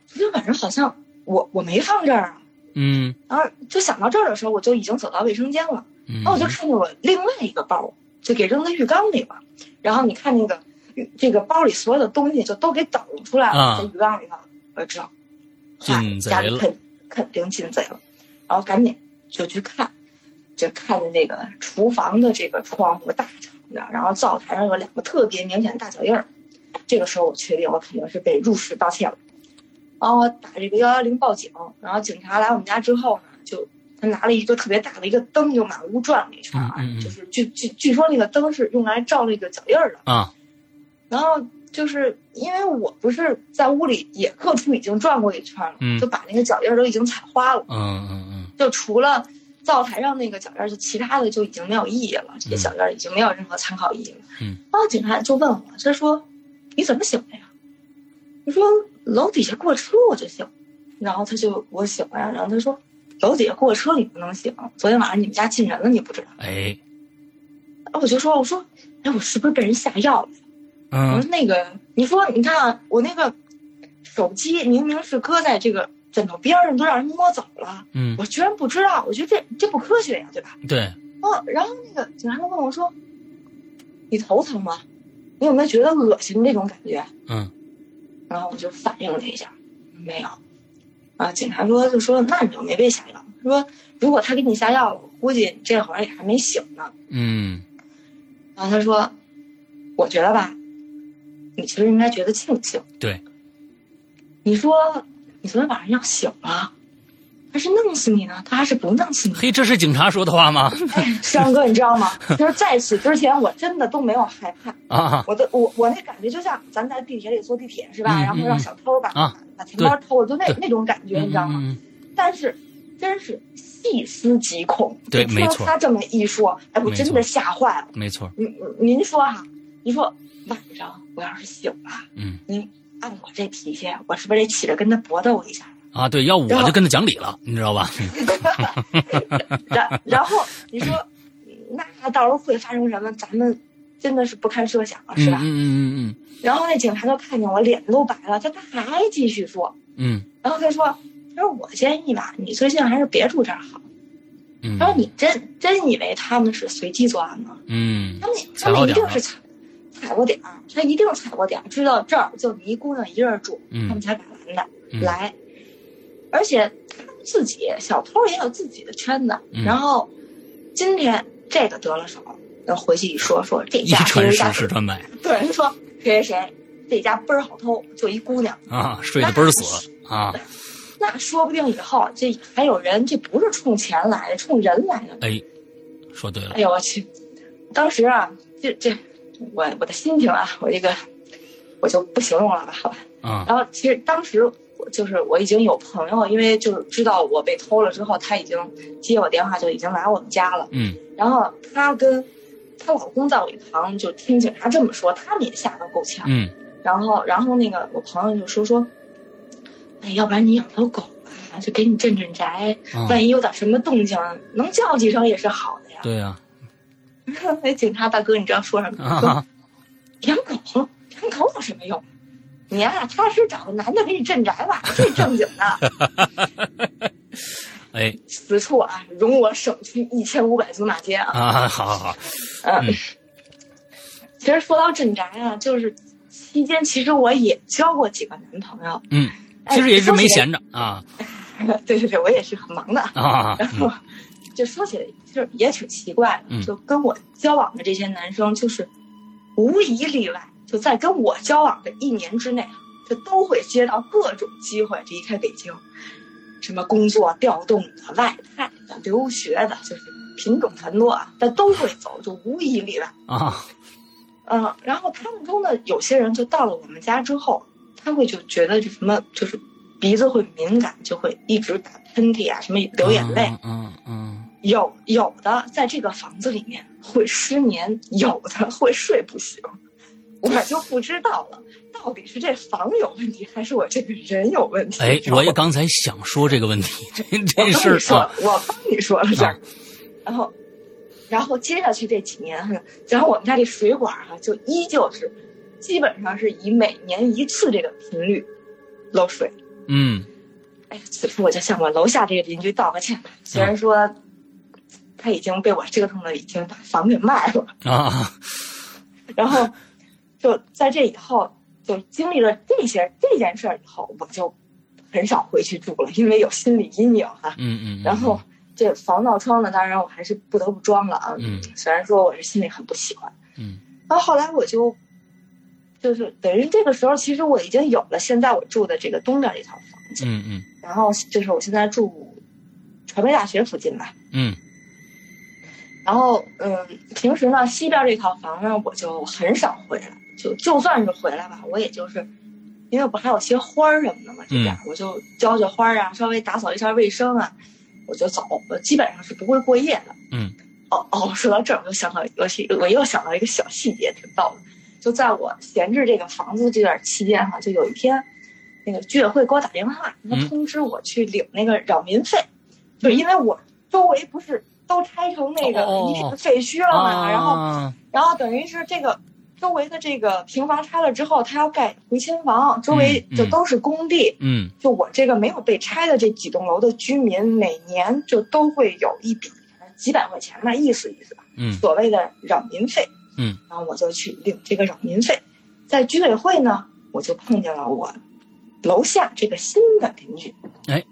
昨天晚上好像我我没放这儿啊。嗯”然后就想到这儿的时候，我就已经走到卫生间了。嗯，然后我就看见我另外一个包就给扔在浴缸里了，然后你看那个这个包里所有的东西就都给抖出来了，啊在浴缸里头，我就知道，进贼了家里肯肯定进贼了，然后赶紧就去看，就看见那个厨房的这个窗户大敞着，然后灶台上有两个特别明显的大脚印儿，这个时候我确定我肯定是被入室盗窃了，然后我打这个幺幺零报警，然后警察来我们家之后呢，就他拿了一个特别大的一个灯，就满屋转了一圈儿啊，嗯嗯嗯就是据据据说那个灯是用来照那个脚印儿的，啊，然后就是因为我不是在屋里也各处已经转过一圈了，嗯就把那个脚印儿都已经踩花了，嗯嗯嗯就除了灶台上那个脚印儿，就其他的就已经没有意义了，这些脚印儿已经没有任何参考意义了。嗯，然后警察就问我，他说你怎么醒的呀？我说楼底下过车我就醒，然后他就我醒了呀，然后他说楼底下过车你不能醒，昨天晚上你们家进人了你不知道。哎，然后我就说我说哎我是不是被人下药了？我嗯说那个，你说你看啊我那个手机明明是搁在这个枕头边儿上，都让人摸走了，嗯，我居然不知道，我觉得这这不科学呀，对吧？对，哦，然后那个警察就问我说：“你头疼吗？你有没有觉得恶心这种感觉嗯？”然后我就反应了一下，没有。啊，警察说就说那你就没被下药。说如果他给你下药了，我估计你这会儿也还没醒呢。嗯然后他说：“我觉得吧，你其实应该觉得庆幸。对，你说你昨天晚上要醒了，他是弄死你呢，他还是不弄死你？嘿，这是警察说的话吗？哎，山哥，你知道吗？就是在此之前，我真的都没有害怕，啊， <laughs> 我的我我那感觉就像咱在地铁里坐地铁是吧？嗯然后让小偷把、啊把钱包偷了，就那对那种感觉，你知道吗？嗯但是真是细思极恐。对听没错他这么一说，哎，我没真错的吓坏了。没错，您您说哈、您说晚上我要是醒了，嗯按我这脾气，我是不是得起来跟他搏斗一下？啊，对，要我就跟他讲理了，你知道吧？ <laughs> 然然后你 <laughs> 说，那到时候会发生什么？咱们真的是不堪设想了，啊嗯是吧？嗯嗯然后那警察就看见我脸都白了，他他还继续说，嗯然后他说，他说我建议吧，你最近还是别住这儿好。嗯他说嗯你真真以为他们是随机作案吗？嗯他们踩他好们一点儿定是踩踩过点儿，他一定踩过点儿，知道这儿就你一姑娘一个人住，嗯他们才敢来的、嗯来。而且他们自己小偷也有自己的圈子，嗯然后今天这个得了手，然后回去一说说这一家传谁十，家十传百对人说谁谁谁这家倍儿好偷，就一姑娘，啊，睡得倍儿死啊，那说不定以后这还有人这不是冲钱来的，冲人来的。哎，说对了，哎呦我去！当时啊，这这我我的心情啊，我这个我就不形容了吧，好吧。啊然后其实当时我就是我已经有朋友，因为就是知道我被偷了之后，他已经接我电话就已经来我们家了。嗯然后她跟她老公在我一旁就听警察这么说，他们也吓得够呛。嗯然后然后那个我朋友就说说，哎，要不然你养条狗吧，就给你镇镇宅，啊，万一有点什么动静，能叫几声也是好的呀。 <laughs> 对呀那警察大哥，你知道说什么吗？啊，养狗，养狗有什么用？你呀、踏实找个男的给你镇宅吧，这正经的。 <laughs> 哎此处啊，容我省去一千五百走马街啊。啊，好好好，嗯嗯，其实说到镇宅啊，就是期间其实我也交过几个男朋友，哎嗯，其实也是没闲着啊对对对，我也是很忙的。啊，然后就说起来，就是也挺奇怪的，嗯就跟我交往的这些男生，就是无一例外，就在跟我交往的一年之内，就都会接到各种机会离开北京，什么工作调动的、外派的、留学的，就是品种繁多啊，但都会走，就无一例外。啊，嗯，然后他们中的有些人就到了我们家之后，他会就觉得就什么就是鼻子会敏感，就会一直打喷嚏啊，什么流眼泪。，嗯嗯有有的在这个房子里面会失眠，有的会睡不醒，我就不知道了，到底是这房有问题，还是我这个人有问题？哎，我也刚才想说这个问题，这这事儿啊，我帮你说了这啊儿，然后，然后接下去这几年，然后我们家这水管哈、啊，就依旧是，基本上是以每年一次这个频率漏水。嗯，哎，此处我就向我楼下这个邻居道个歉，虽然说、嗯、他已经被我折腾的已经把房给卖了啊，然后。就在这以后，就经历了这些这件事儿以后，我就很少回去住了，因为有心理阴影哈、啊。嗯嗯。然后这防盗窗呢，当然我还是不得不装了啊。嗯。虽然说我是心里很不喜欢。嗯。然后后来我就，就是等于这个时候，其实我已经有了现在我住的这个东边这套房子。嗯嗯。然后就是我现在住传媒大学附近吧。嗯。然后嗯，平时呢，西边这套房呢，我就很少回来。就就算是回来吧，我也就是，因为不还有些花儿什么的嘛，这边、嗯、我就浇浇花啊，稍微打扫一下卫生啊，我就走，我基本上是不会过夜的。嗯，哦哦，说到这儿，我又想到，我我又想到一个小细节，挺逗的。就在我闲置这个房子这段期间哈、啊，就有一天，那个居委会给我打电话，他通知我去领那个扰民费，嗯、就因为我周围不是都拆成那个一片废墟了嘛，哦啊、然后然后等于是这个。周围的这个平房拆了之后，他要盖回迁房，周围就都是工地。嗯，嗯就我这个没有被拆的这几栋楼的居民，每年就都会有一笔几百块钱吧，意思意思吧。嗯，所谓的扰民费。嗯，然后我就去领这个扰民费，在居委会呢，我就碰见了我楼下这个新的邻居，哎，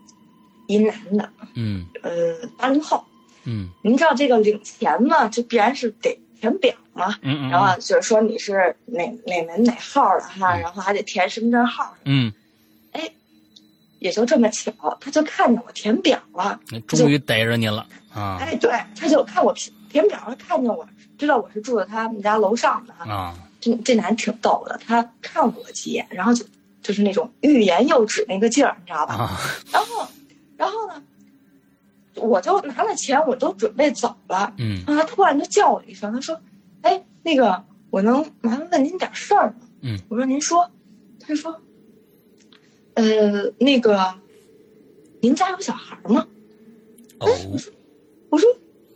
一男的，嗯，呃，八零后，嗯，您知道这个领钱呢，就必然是得。填表嘛，嗯嗯然后就是说你是哪哪门哪号的哈，嗯、然后还得填身份证号。嗯，哎，也就这么巧，他就看见我填表啊了，终于逮着你了啊！哎，对，他就看我填表了，看见我知道我是住在他们家楼上的啊。这这男挺逗的，他看我几眼，然后就就是那种欲言又止那个劲儿，你知道吧？啊、然后，然后呢？我就拿了钱，我都准备走了。嗯啊，突然就叫我一声，他说：“哎，那个，我能麻烦问您点事儿吗？”嗯，我说：“您说。”他说：“呃，那个，您家有小孩吗？”哦，我说：“我说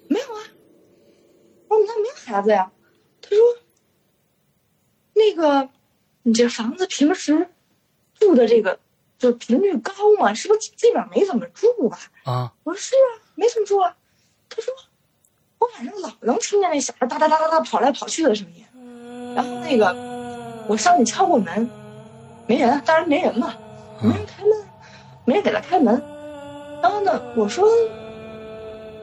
没有啊，我们家没有孩子呀。”他说：“那个，你这房子平时住的这个。”就频率高嘛，是不是基本上没怎么住吧？啊，我说是啊，没怎么住啊。他说，我晚上老能听见那小孩哒哒哒哒哒跑来跑去的声音。然后那个，我上去敲过门，没人，啊当然没人嘛，没人开门，没人给他开门。然后呢，我说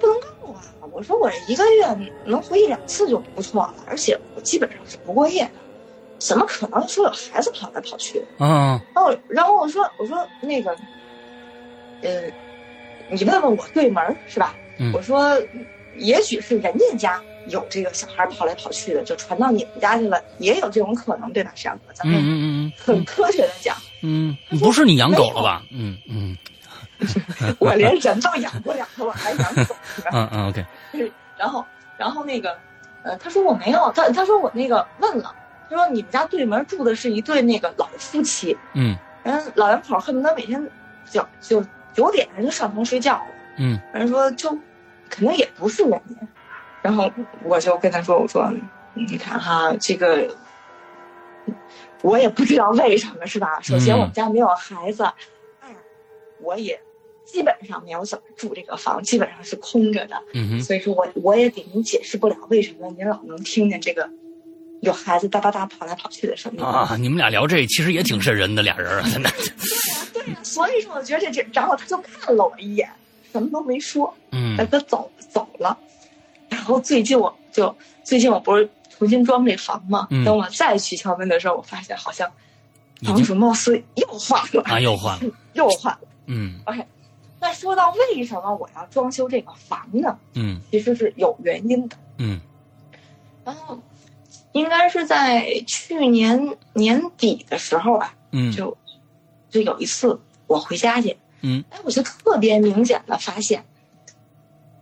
不能够啊，我说我一个月能回一两次就不错了，而且我基本上是不过夜的。怎么可能说有孩子跑来跑去？嗯，然后然后我说我说那个，呃，你问问我对门是吧？嗯、我说，也许是人家家有这个小孩跑来跑去的，就传到你们家去了，也有这种可能，对吧，山哥？咱们嗯嗯嗯，很科学的 <laughs> 讲，嗯，不是你养狗了吧？嗯嗯，我连人都养不了，我还养狗？嗯嗯，OK。然后然后那个，呃，他说我没有，他他说我那个问了。他说：“你们家对门住的是一对那个老夫妻，嗯，人老两口恨不得每天九九九点人就上床睡觉了，嗯，人说就肯定也不是人家。然后我就跟他说：我说你看哈，这个我也不知道为什么是吧？首先我们家没有孩子，二、嗯、我也基本上没有怎么住这个房，基本上是空着的，嗯所以说我我也给您解释不了为什么您老能听见这个。”有孩子哒哒哒跑来跑去的声音啊！你们俩聊这其实也挺瘆人的，俩人啊，真的对呀、啊啊，所以说我觉得这这，然后他就看了我一眼，什么都没说，嗯，他他走走了。然后最近我就最近我不是重新装这房嘛，嗯、等我再去敲门的时候，我发现好像房主貌似又换了啊，又换了，又换了，嗯，OK。那说到为什么我要装修这个房呢？嗯，其实是有原因的，嗯，然后。应该是在去年年底的时候啊吧，嗯，就就有一次我回家去，嗯，哎，我就特别明显的发现，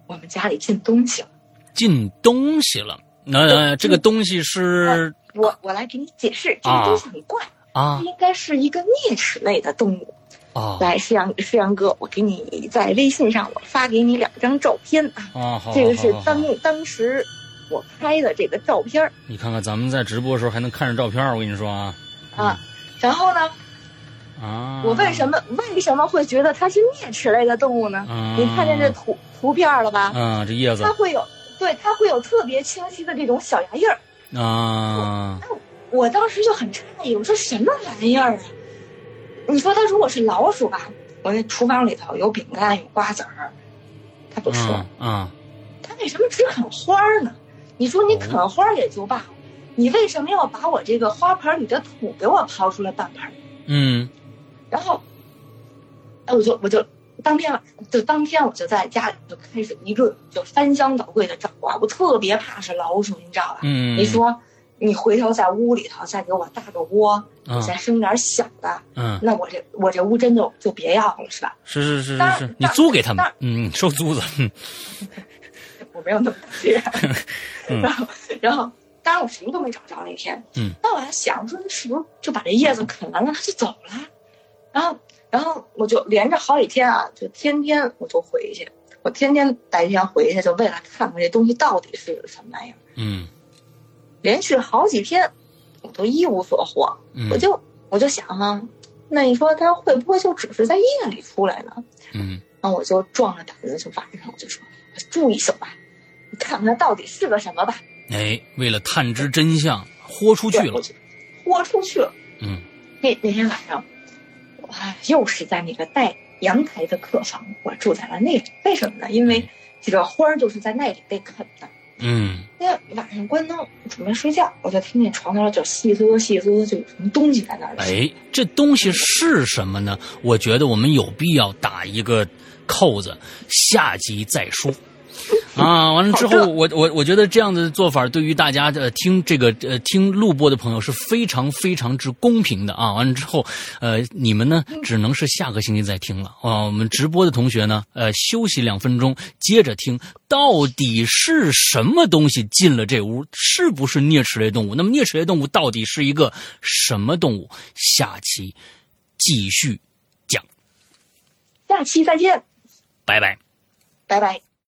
我们家里进东西了，进东西了。那、呃、这个东西是我我来给你解释，这个东西很怪，啊它应该是一个啮齿类的动物。啊来，诗阳诗阳哥，我给你在微信上我发给你两张照片啊，啊！好，这个是好好好当当时我拍的这个照片儿你看看咱们在直播的时候还能看着照片儿，我跟你说啊啊。然后呢，啊！我为什么为什么会觉得它是啮齿类的动物呢？嗯？你看见这图图片儿了吧？啊，这叶子它会有，对，它会有特别清晰的这种小牙印儿。啊我当时就很诧异，我说什么玩意儿啊？你说它如果是老鼠吧，我那厨房里头有饼干有瓜子儿，它不吃，啊啊它为什么只啃花儿呢？你说你啃花儿也就罢了，你为什么要把我这个花盆里的土给我刨出来半盆儿？嗯然后，哎，我就我就当天晚就当天我就在家里就开始一顿就翻箱倒柜的找啊，我特别怕是老鼠，你知道吧？嗯，啊你说你回头在屋里头再给我搭个窝，啊我再生点小的，嗯那我这我这屋真就就别要了，是吧？是是是是是，你租给他们那，嗯，收租子，嗯我没有那么大气。嗯 <laughs> 然后然后，当然我什么都没找着那天。嗯。但我还想，我说那是不是就把这叶子啃完了，它就走了？然后然后我就连着好几天啊，就天天我就回去，我天天白天回去，就为了看看这东西到底是什么玩意儿。嗯连续好几天，我都一无所获。嗯，我就我就想啊，那你说它会不会就只是在夜里出来呢？嗯然后我就壮着胆子，就晚上我就说，我住一宿吧，你看看它到底是个什么吧。哎，为了探知真相，豁出去对，了我，就豁出去了。嗯那那天晚上，我又是在那个带阳台的客房，我住在了那里。为什么呢？因为这个花儿就是在那里被啃的。嗯那晚上关灯，准备睡觉，我就听见床头就细嗦细嗦，就有什么东西在那儿。哎，这东西是什么呢？我觉得我们有必要打一个扣子，下集再说。啊，完了之后好，的我我我觉得这样的做法对于大家呃听这个呃听录播的朋友是非常非常之公平的啊。完了之后，呃，你们呢嗯只能是下个星期再听了啊。我们直播的同学呢，呃，休息两分钟，接着听，到底是什么东西进了这屋？是不是啮齿类动物？那么啮齿类动物到底是一个什么动物？下期继续讲，下期再见，拜拜。拜拜。